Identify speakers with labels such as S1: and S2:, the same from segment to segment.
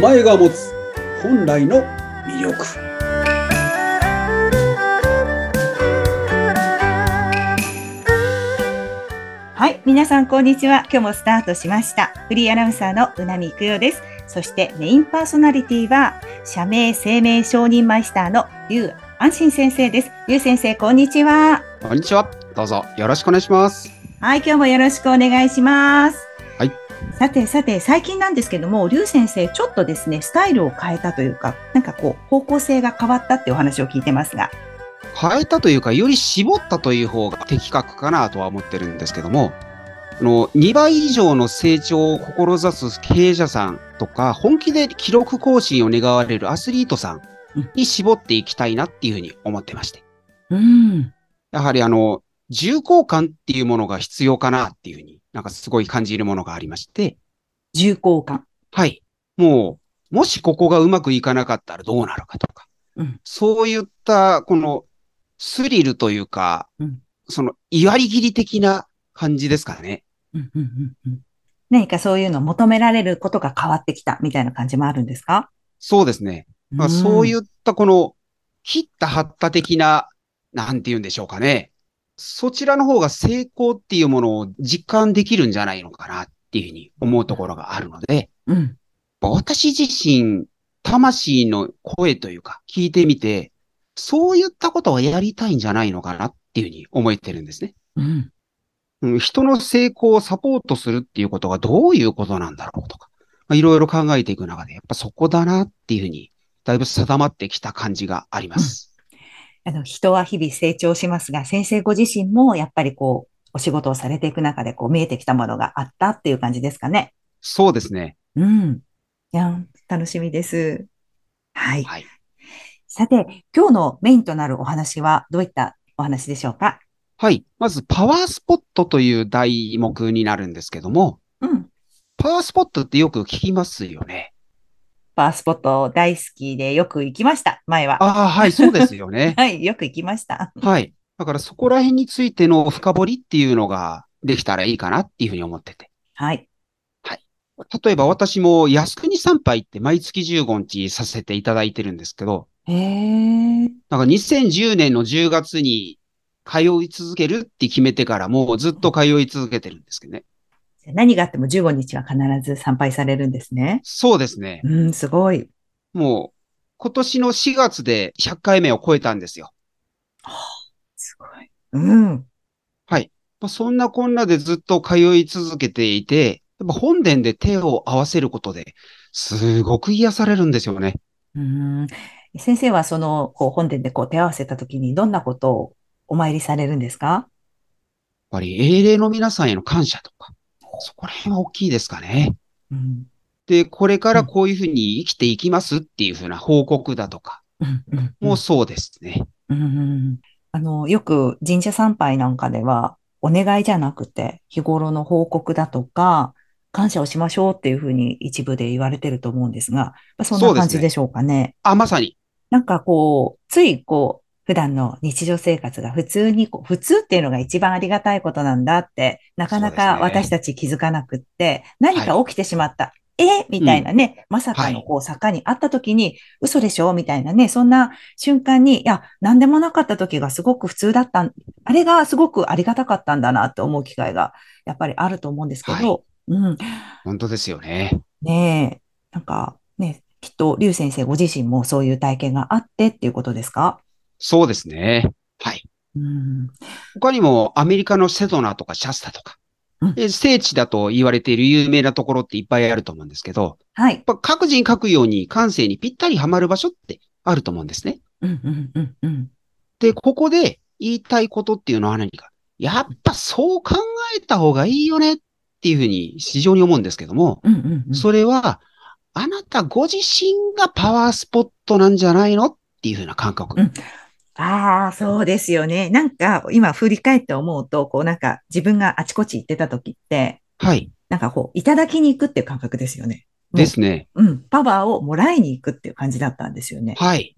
S1: 前が持つ本来の魅力
S2: はい、皆さんこんにちは。今日もスタートしました。フリーアナウンサーのうなみいくよです。そしてメインパーソナリティは、社名生命承認マイスターの劉安心先生です。劉先生、こんにちは。
S3: こんにちは。どうぞよろしくお願いします。
S2: はい、今日もよろしくお願いします。
S3: はい。
S2: さてさて、最近なんですけども、劉先生、ちょっとですね、スタイルを変えたというか、なんかこう、方向性が変わったってお話を聞いてますが。
S3: 変えたというか、より絞ったという方が的確かなとは思ってるんですけども、あの2倍以上の成長を志す経営者さんとか、本気で記録更新を願われるアスリートさんに絞っていきたいなっていうふうに思ってまして。
S2: うん。
S3: やはりあの、重厚感っていうものが必要かなっていうふうになんかすごい感じるものがありまして、
S2: 重厚感。
S3: はい。もう、もしここがうまくいかなかったらどうなるかとか、
S2: うん
S3: そういった、この、スリルというか、
S2: うん
S3: その、いわりぎり的な感じですかね。
S2: うんうんうんうん何かそういうのを求められることが変わってきたみたいな感じもあるんですか
S3: そうですね。まあ、そういった、この、切った張った的な、なんて言うんでしょうかね。そちらの方が成功っていうものを実感できるんじゃないのかなっていうふうに思うところがあるので、
S2: うん。うん。
S3: 私自身、魂の声というか、聞いてみて、そういったことをやりたいんじゃないのかなっていうふうに思ってるんですね。
S2: うん。
S3: うん人の成功をサポートするっていうことがどういうことなんだろうとか、まあいろいろ考えていく中で、やっぱそこだなっていうふうに、だいぶ定まってきた感じがあります。
S2: あの、人は日々成長しますが、先生ご自身もやっぱりこう、お仕事をされていく中でこう見えてきたものがあったっていう感じですかね。
S3: そうですね。
S2: うん。いやん、楽しみです。はい。
S3: はい。
S2: さて、今日のメインとなるお話はどういったお話でしょうか
S3: はい。まず、パワースポットという題目になるんですけども、
S2: うん。
S3: パワースポットってよく聞きますよね。
S2: パワースポット大好きでよく行きました、前は。
S3: ああ、はい、そうですよね。
S2: はい、よく行きました。
S3: はい。だからそこら辺についての深掘りっていうのができたらいいかなっていうふうに思ってて。
S2: はい。
S3: 例えば私も靖国参拝って毎月15日させていただいてるんですけど、
S2: へえ。
S3: なんか2010年の10月に通い続けるって決めてからもうずっと通い続けてるんですけどね。
S2: じゃあ何があっても15日は必ず参拝されるんですね。
S3: そうですね。
S2: うん、すごい。
S3: もう今年の4月で100回目を超えたんですよ。
S2: すごい。うん。
S3: まあ、そんなこんなでずっと通い続けていて、やっぱ本殿で手を合わせることで、すごく癒されるんですよね。
S2: うん先生はその、こう、本殿でこう手合わせた時にどんなことをお参りされるんですか
S3: やっぱり英霊の皆さんへの感謝とか、そこら辺は大きいですかね。
S2: うん。
S3: で、これからこういうふうに生きていきますっていうふうな報告だとか、
S2: うんうん
S3: もうそうですね。
S2: うんうんあの、よく神社参拝なんかでは、お願いじゃなくて、日頃の報告だとか、感謝をしましょうっていうふうに一部で言われてると思うんですが、やっぱそんな
S3: そうですね
S2: 感じでしょうかね。
S3: あ、まさに。
S2: なんかこう、ついこう、普段の日常生活が普通にこう、普通っていうのが一番ありがたいことなんだって、なかなか
S3: そうですね
S2: 私たち気づかなくって、何か起きてしまった。えみたいなね、まさかの
S3: はい
S2: こう、坂にあった時に、嘘でしょみたいなね、そんな瞬間に、いや、何でもなかった時がすごく普通だったん、あれがすごくありがたかったんだなって思う機会が、やっぱりあると思うんですけど、うん。
S3: 本当ですよね。
S2: ねえ、なんかね、きっと、劉先生ご自身もそういう体験があってっていうことですか
S3: そうですね。はい。
S2: うん。
S3: 他にもアメリカのセドナとかシャスタとか
S2: うん、
S3: で聖地だと言われている有名なところっていっぱいあると思うんですけど、
S2: はい。
S3: やっぱ各人各ように感性にぴったりはまる場所ってあると思うんですね。
S2: うんうんうんうん。
S3: で、ここで言いたいことっていうのは何か。やっぱそう考えた方がいいよねっていうふうに非常に思うんですけども、
S2: うんうんうん。
S3: それはあなたご自身がパワースポットなんじゃないのっていうふうな感覚。
S2: うんああ、そうですよね。なんか、今振り返って思うと、こうなんか自分があちこち行ってた時って、
S3: はい。
S2: なんかこう、いただきに行くっていう感覚ですよね。うん
S3: ですね。
S2: うん。パワーをもらいに行くっていう感じだったんですよね。
S3: はい。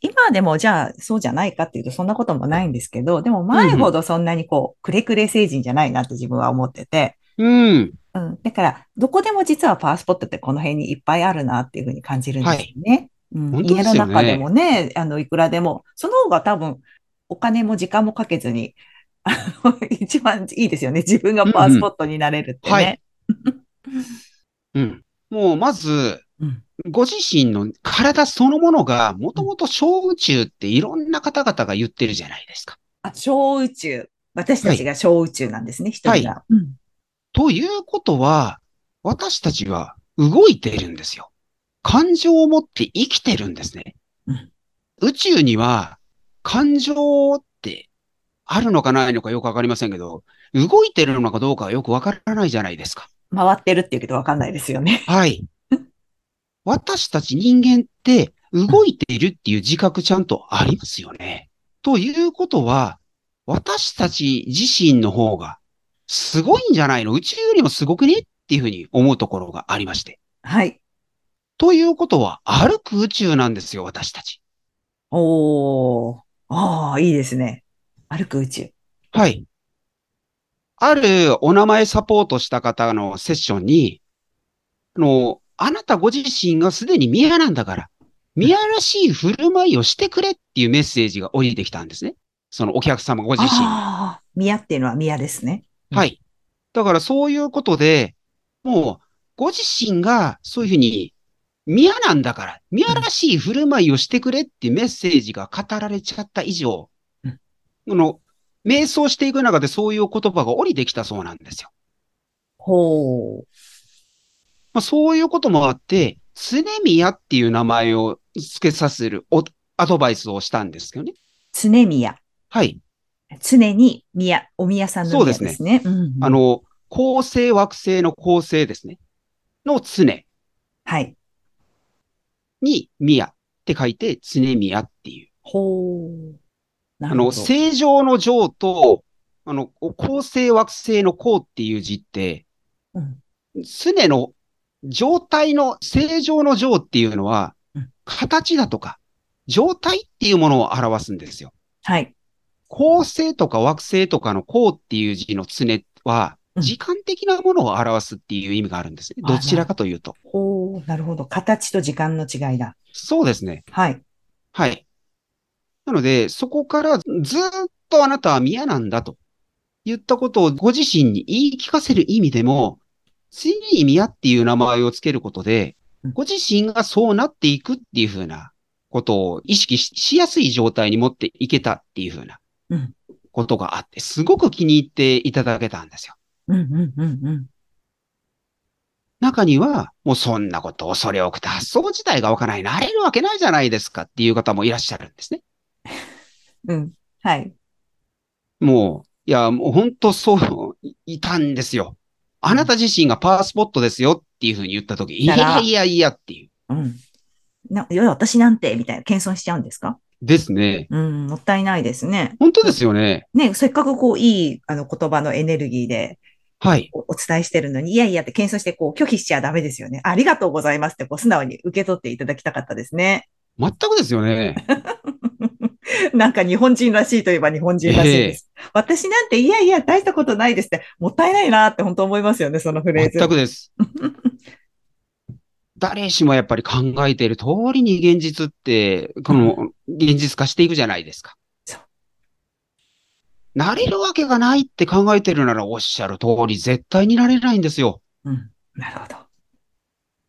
S2: 今でもじゃあそうじゃないかっていうとそんなこともないんですけど、でも前ほどそんなにこう、くれくれ成人じゃないなって自分は思ってて、
S3: うん。
S2: うん。だから、どこでも実はパワースポットってこの辺にいっぱいあるなっていうふうに感じるんですよね。うん
S3: 本当
S2: 家
S3: で
S2: の
S3: すよね
S2: 中でもね、あの、いくらでも、その方が多分、お金も時間もかけずに、 あの、一番いいですよね。自分がパワースポットになれるって
S3: うんうん
S2: ね。
S3: うん。もう、まず、
S2: うん
S3: ご自身の体そのものが、もともと小宇宙っていろんな方々が言ってるじゃないですか。
S2: あ、小宇宙。私たちが小宇宙なんですね、一人が。うん
S3: ということは、私たちは動いているんですよ。感情を持って生きてるんですね。
S2: うん
S3: 宇宙には感情ってあるのかないのかよくわかりませんけど、動いてるのかどうかはよくわからないじゃないですか。
S2: 回ってるって言うけどわかんないですよね。
S3: はい。私たち人間って動いているっていう自覚ちゃんとありますよね。ということは、私たち自身の方がすごいんじゃないの宇宙よりもすごくねっていうふうに思うところがありまして。
S2: はい。
S3: ということは、歩く宇宙なんですよ、私たち。
S2: おー。ああ、いいですね。歩く宇宙。
S3: はい。あるお名前サポートした方のセッションに、あの、あなたご自身がすでに宮なんだから、宮らしい振る舞いをしてくれっていうメッセージが降りてきたんですね。そのお客様ご自身。
S2: ああ、宮っていうのは宮ですね。あ
S3: はい。だからそういうことで、もう、ご自身がそういうふうに、宮なんだから、宮らしい振る舞いをしてくれっていうメッセージが語られちゃった以上、
S2: うん
S3: この、瞑想していく中でそういう言葉が降りてきたそうなんですよ。
S2: ほう。
S3: まあ、そういうこともあって、常宮っていう名前を付けさせるおアドバイスをしたんですけどね。
S2: 常宮。
S3: はい。
S2: 常に宮。お宮さんの宮ですね。
S3: そうです
S2: ね。うん。
S3: あ、の、恒星惑星の恒星ですね。の常
S2: はい。
S3: に宮って書いて常宮っていう。
S2: ほう。な
S3: あ
S2: る
S3: の、
S2: ほど。
S3: 正常の常と、あの、恒星惑星の恒っていう字って、
S2: うん
S3: 常の状態の、正常の常っていうのは
S2: うん、
S3: 形だとか、状態っていうものを表すんですよ。
S2: はい。
S3: 恒星とか惑星とかの恒っていう字の常は、
S2: うん
S3: 時間的なものを表すっていう意味があるんですね。
S2: あ
S3: どちらかというと。
S2: ほう。なるほど。形と時間の違いだ。
S3: そうですね。
S2: はい。
S3: はい。なので、そこからずっとあなたは宮なんだと言ったことをご自身に言い聞かせる意味でも、常に宮っていう名前をつけることで
S2: うん、
S3: ご自身がそうなっていくっていうふうなことを意識ししやすい状態に持っていけたっていうふうな
S2: うん
S3: ことがあって、すごく気に入っていただけたんですよ。
S2: うんうんうんうん。
S3: 中には、もうそんなことをそれをくって発想自体がわからない、なれるわけないじゃないですかっていう方もいらっしゃるんですね。
S2: うん。はい。
S3: もう、いや、もう本当そう、いいたんですよ。あなた自身がパワースポットですよっていうふうに言ったとき、い
S2: なら
S3: やいやいやっていう。
S2: うん。な、いや、私なんて、みたいな、謙遜しちゃうんですか
S3: ですね。
S2: うん、もったいないですね。
S3: 本当ですよね。
S2: ね、せっかくこう、いい、あの、言葉のエネルギーで、
S3: はい。
S2: おお伝えしてるのに、いやいやって謙遜してこう拒否しちゃダメですよね。ありがとうございますってこう素直に受け取っていただきたかったですね。
S3: 全くですよね。
S2: なんか日本人らしいといえば日本人らしいです。私なんていやいや大したことないですって、もったいないなって本当思いますよね、そのフレーズ。
S3: 全くです。誰しもやっぱり考えている通りに現実って、この、現実化していくじゃないですか
S2: そう。
S3: なれるわけがないって考えてるならおっしゃる通り、絶対になれないんですよ。
S2: うん、なるほど。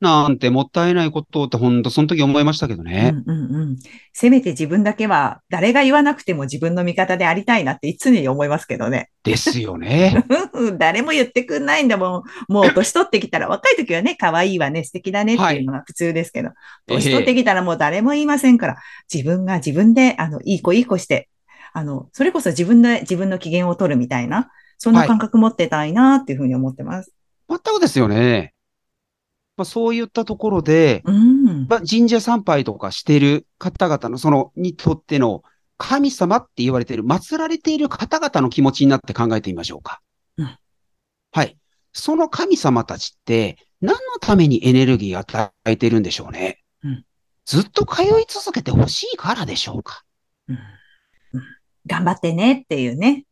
S3: なんてもったいないことってほんとその時思いましたけどね。
S2: うんうんうん。せめて自分だけは誰が言わなくても自分の味方でありたいなって常に思いますけどね。
S3: ですよね。
S2: うん誰も言ってくんないんだもん。もう年取ってきたら、若い時はね、可愛いわね、素敵だねっていうのが普通ですけど、年取ってきたらもう誰も言いませんから、自分が自分で、あの、いい子いい子して、あの、それこそ自分で自分の機嫌を取るみたいな、そんな感覚持ってたいなっていうふうに思ってます。
S3: 全くですよね。まあ、そういったところで、
S2: うん。
S3: まあ、神社参拝とかしてる方々の、その、にとっての神様って言われている、祀られている方々の気持ちになって考えてみましょうか。
S2: うん
S3: はい。その神様たちって、何のためにエネルギーを与えてるんでしょうね。
S2: うん
S3: ずっと通い続けてほしいからでしょうか。
S2: うん頑張ってねっていうね、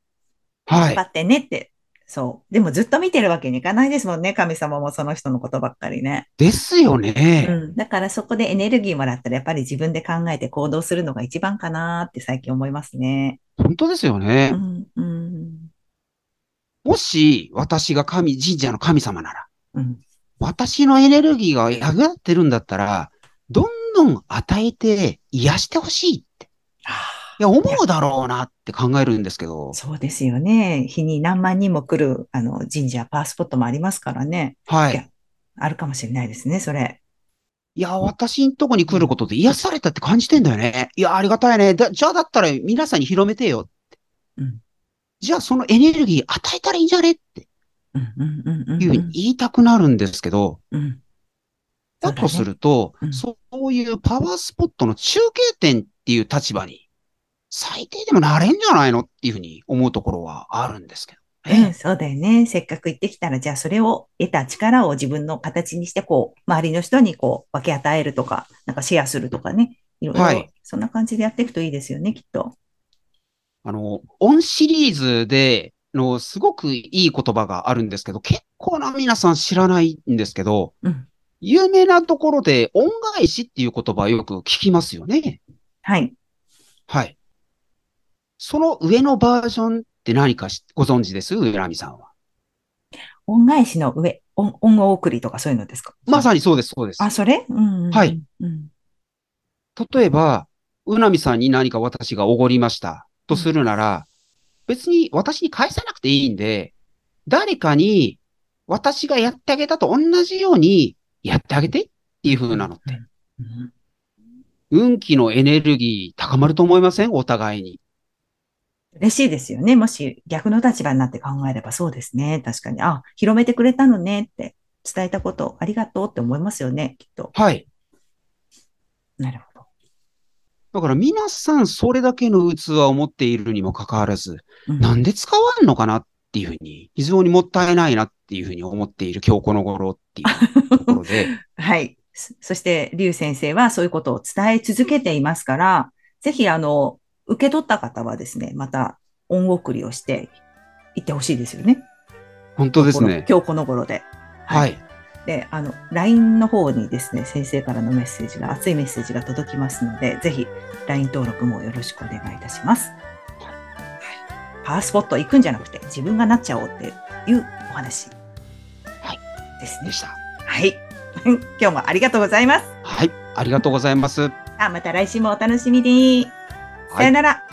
S3: は
S2: 頑張
S3: い。
S2: ってねって、そう。でもずっと見てるわけにいかないですもんね。神様もその人のことばっかりね。
S3: ですよね。
S2: うん。だからそこでエネルギーもらったら、やっぱり自分で考えて行動するのが一番かなって最近思いますね。
S3: 本当ですよね
S2: う。ん。うん。
S3: もし、私が神、神社の神様なら、
S2: うん。
S3: 私のエネルギーが役立ってるんだったら、どんどん与えて癒してほしいって。いや、思うだろうなって考えるんですけど。
S2: そうですよね。日に何万人も来る、あの、神社、パワースポットもありますからね。
S3: はい
S2: や
S3: い。
S2: あるかもしれないですね、それ。
S3: いや、私んとこに来ることで癒されたって感じてんだよね。いや、ありがたいね。だじゃあだったら皆さんに広めてよって
S2: うん
S3: じゃあそのエネルギー与えたらいいんじゃねって
S2: うん、うん、うん、うん。
S3: いうふうに言いたくなるんですけど、
S2: うん。
S3: だとすると、
S2: そうだねうん
S3: そういうパワースポットの中継点っていう立場に、最低でもなれんじゃないのっていうふうに思うところはあるんですけど
S2: うん、
S3: ね。
S2: そうだよね。せっかく行ってきたら、じゃあそれを得た力を自分の形にして、こう、周りの人にこう、分け与えるとか、なんかシェアするとかね。いろいろ、
S3: はい
S2: そんな感じでやっていくといいですよね、きっと。
S3: あの、オンシリーズでのすごくいい言葉があるんですけど、結構な皆さん知らないんですけど、
S2: うん。
S3: 有名なところで恩返しっていう言葉をよく聞きますよね。
S2: はい。
S3: はい。その上のバージョンって何かしご存知です上波さんは。
S2: 恩返しの上、恩、恩送りとかそういうのですか
S3: まさにそうです、そうです。
S2: あ、それうん、うん。
S3: はい。
S2: うん。
S3: 例えば、うなみさんに何か私がおごりましたとするなら、別に私に返さなくていいんで、誰かに私がやってあげたと同じようにやってあげてっていう風なのって、
S2: うん
S3: 運気のエネルギー高まると思いませんお互いに。
S2: 嬉しいですよね。もし逆の立場になって考えればそうですね。確かに。あ、広めてくれたのねって伝えたことありがとうって思いますよね、きっと。
S3: はい。
S2: なるほど。
S3: だから皆さんそれだけの器を持っているにもかかわらず、
S2: うん
S3: なんで使わんのかなっていうふうに、非常にもったいないなっていうふうに思っている今日この頃っていうところで、
S2: はい。そそして、劉先生はそういうことを伝え続けていますから、ぜひ、あの、受け取った方はですね、また、恩送りをしていってほしいですよね。
S3: 本当です
S2: この
S3: ね。
S2: 今日この頃で。
S3: はい。
S2: で、あの、LINE の方にですね、先生からのメッセージが、熱いメッセージが届きますので、ぜひ、LINE 登録もよろしくお願いいたします。はい。パワースポット行くんじゃなくて、自分がなっちゃおうっていうお話。
S3: はい。
S2: です
S3: で
S2: ね。
S3: した。
S2: はい。 今日もありがとうございます。
S3: はい、ありがとうございます。
S2: あ、また来週もお楽しみに。さよなら。